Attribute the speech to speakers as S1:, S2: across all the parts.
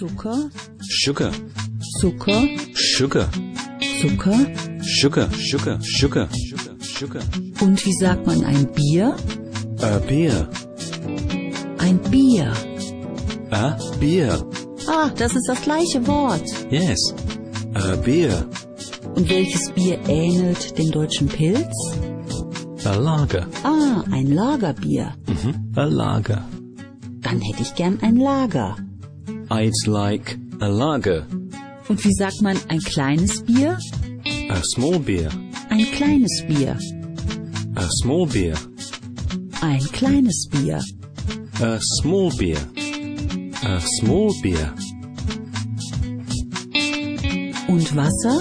S1: Zucker,
S2: Sugar,
S1: Zucker,
S2: Sugar,
S1: Zucker.
S2: Sugar, Sugar, Sugar, Sugar, Sugar.
S1: Und wie sagt man ein Bier?
S2: A beer,
S1: Ein Bier.
S2: a beer.
S1: Ah, das ist das gleiche Wort.
S2: Yes, a beer,
S1: Und welches Bier ähnelt dem deutschen Pilz?
S2: a lager,
S1: Ah, ein Lagerbier.
S2: a lager.
S1: Dann hätte ich gern ein Lager.
S2: I'd Ah, like a lager,
S1: Und wie sagt man ein kleines Bier?
S2: a small beer,
S1: Ein kleines Bier.
S2: a small beer,
S1: Ein kleines Bier.
S2: a small beer, a small beer,
S1: Und Wasser?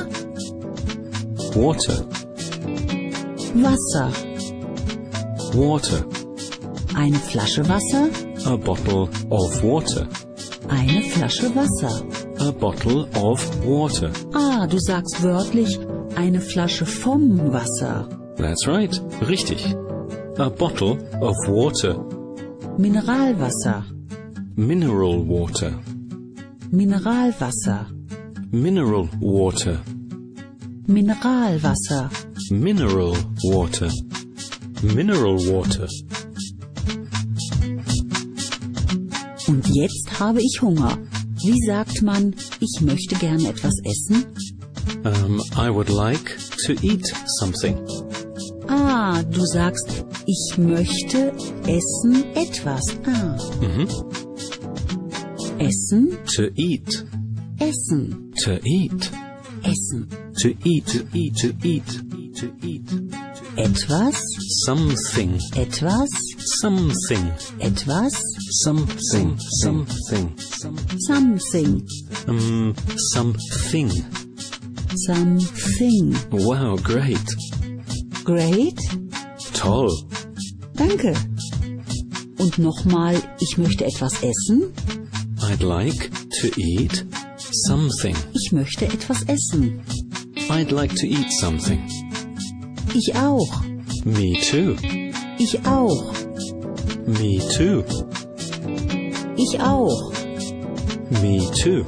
S2: water,
S1: Wasser.
S2: water,
S1: Eine Flasche Wasser?
S2: a bottle of water,
S1: Eine Flasche Wasser.
S2: a bottle of water.
S1: Ah, du sagst wörtlich eine Flasche vom Wasser.
S2: That's right, richtig. A bottle of water,
S1: Mineralwasser.
S2: mineral water,
S1: Mineralwasser.
S2: mineral water,
S1: Mineralwasser.
S2: mineral water, mineral water.
S1: Und jetzt habe ich Hunger. Wie sagt man, ich möchte gerne etwas essen?
S2: Um, I would like to eat something.
S1: Ah, du sagst, ich möchte essen etwas. Ah. Essen,
S2: To eat,
S1: essen,
S2: to eat,
S1: essen.
S2: to eat, to eat, to eat, to eat.
S1: Etwas,
S2: Something,
S1: etwas,
S2: something,
S1: etwas,
S2: something, something,
S1: something,
S2: um, something.
S1: something.
S2: Wow, great.
S1: Great,
S2: Toll.
S1: danke. Und nochmal, ich möchte etwas essen.
S2: I'd like to eat something.
S1: Ich möchte etwas essen.
S2: I'd like to eat something.
S1: Ich auch.
S2: Me too.
S1: Ich auch.
S2: Me too.
S1: Ich auch.
S2: Me too.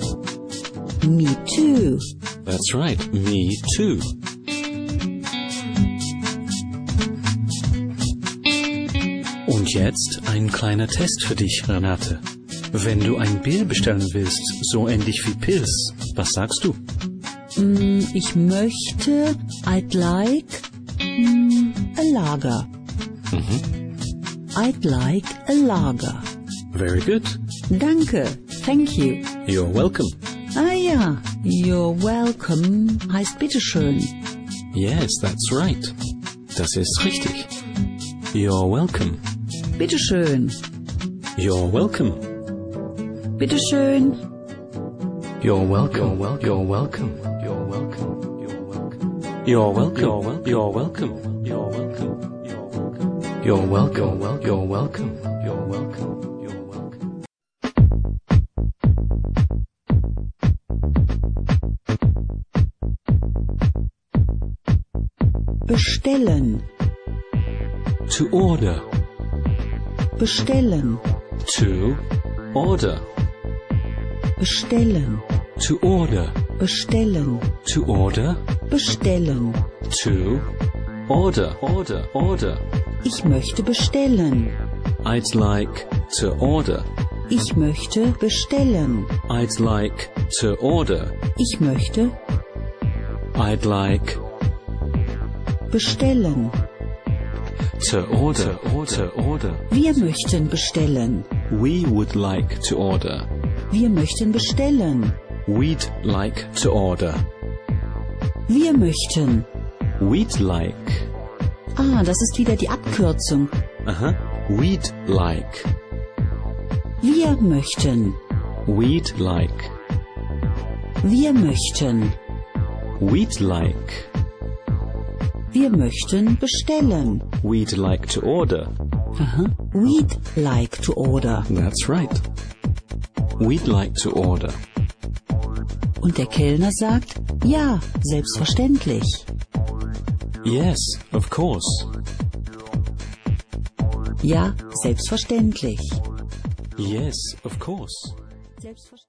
S1: Me too.
S2: That's right. Me too. Und jetzt ein kleiner Test für dich, Renate. Wenn du ein Bier bestellen willst, so ähnlich wie Pils, was sagst du?
S1: Mm, Ich möchte, I'd like, mm, a lager. I'd like a lager.
S2: Very good.
S1: Danke. Thank you.
S2: You're welcome.
S1: Ah ja, you're welcome heißt bitteschön.
S2: Yes, that's right. Das ist richtig. You're welcome.
S1: Bitteschön.
S2: You're welcome.
S1: Bitteschön.
S2: You're welcome. You're welcome. You're welcome. You're welcome. You're welcome. You're welcome. You're welcome. You're welcome. You're welcome. You're welcome. You're welcome.
S1: Bestellen.
S2: To order.
S1: Bestellen.
S2: To order.
S1: Bestellen.
S2: To order.
S1: Bestellen.
S2: To order.
S1: Bestellen.
S2: To order. Order. Order.
S1: Ich möchte bestellen.
S2: I'd like to order.
S1: Ich möchte bestellen.
S2: I'd like to order.
S1: Ich möchte
S2: I'd like
S1: bestellen.
S2: to order. Order. Order.
S1: Wir möchten bestellen.
S2: We would like to order.
S1: Wir möchten bestellen.
S2: We'd like to order.
S1: Wir möchten.
S2: We'd like.
S1: Ah, das ist wieder die Abkürzung.
S2: Uh huh. We'd like.
S1: Wir möchten.
S2: We'd like.
S1: Wir möchten.
S2: We'd like.
S1: Wir möchten bestellen.
S2: We'd like to order.
S1: Aha. We'd like to order.
S2: That's right. We'd like to order.
S1: Und der Kellner sagt, ja, selbstverständlich.
S2: Yes, of course.
S1: Ja, selbstverständlich.
S2: Yes, of course.
S1: Selbstverständlich.